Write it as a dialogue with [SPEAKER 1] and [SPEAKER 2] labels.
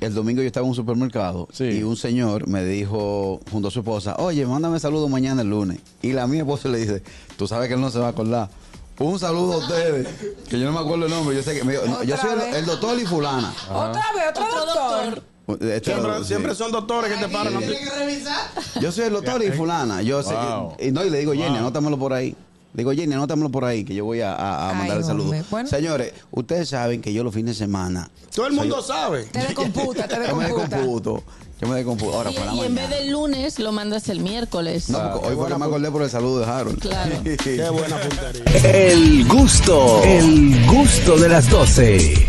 [SPEAKER 1] el domingo yo estaba en un supermercado
[SPEAKER 2] Sí.
[SPEAKER 1] y un señor me dijo junto a su esposa, oye, mándame saludo mañana el lunes. Y la mi esposa le dice, tú sabes que él no se va a acordar. Un saludo a ustedes, que yo no me acuerdo el nombre, yo sé que me dijo, "No, yo
[SPEAKER 3] Otra
[SPEAKER 1] soy el,
[SPEAKER 3] vez.
[SPEAKER 1] el doctor y fulana.
[SPEAKER 3] Otra vez, otro,
[SPEAKER 4] Otro
[SPEAKER 3] doctor.
[SPEAKER 4] doctor.
[SPEAKER 1] Este
[SPEAKER 2] Siempre,
[SPEAKER 1] sí.
[SPEAKER 2] siempre son doctores que te paran. a ti.
[SPEAKER 1] Yo soy el doctor y fulana. Yo sé
[SPEAKER 2] Wow.
[SPEAKER 1] que, y no, y le digo, Jenny, anótamelo por ahí. Le digo, Jenny, anótamelo por ahí, que yo voy a, a- a
[SPEAKER 3] Ay,
[SPEAKER 1] mandar el saludo.
[SPEAKER 3] hombre, bueno.
[SPEAKER 1] Señores, ustedes saben que yo los fines de semana
[SPEAKER 2] Todo el mundo sabe.
[SPEAKER 3] Te descomputa, te
[SPEAKER 1] yo me
[SPEAKER 3] descomputa.
[SPEAKER 1] descomputo. Yo me descomputo. Ahora,
[SPEAKER 4] Y,
[SPEAKER 1] para
[SPEAKER 4] y en vez
[SPEAKER 1] mañana.
[SPEAKER 4] del lunes lo mandas el miércoles.
[SPEAKER 1] No, porque hoy fue que me acordé por el saludo de Harold.
[SPEAKER 4] Claro.
[SPEAKER 2] Qué buena puntería.
[SPEAKER 5] El gusto, el gusto de las 12.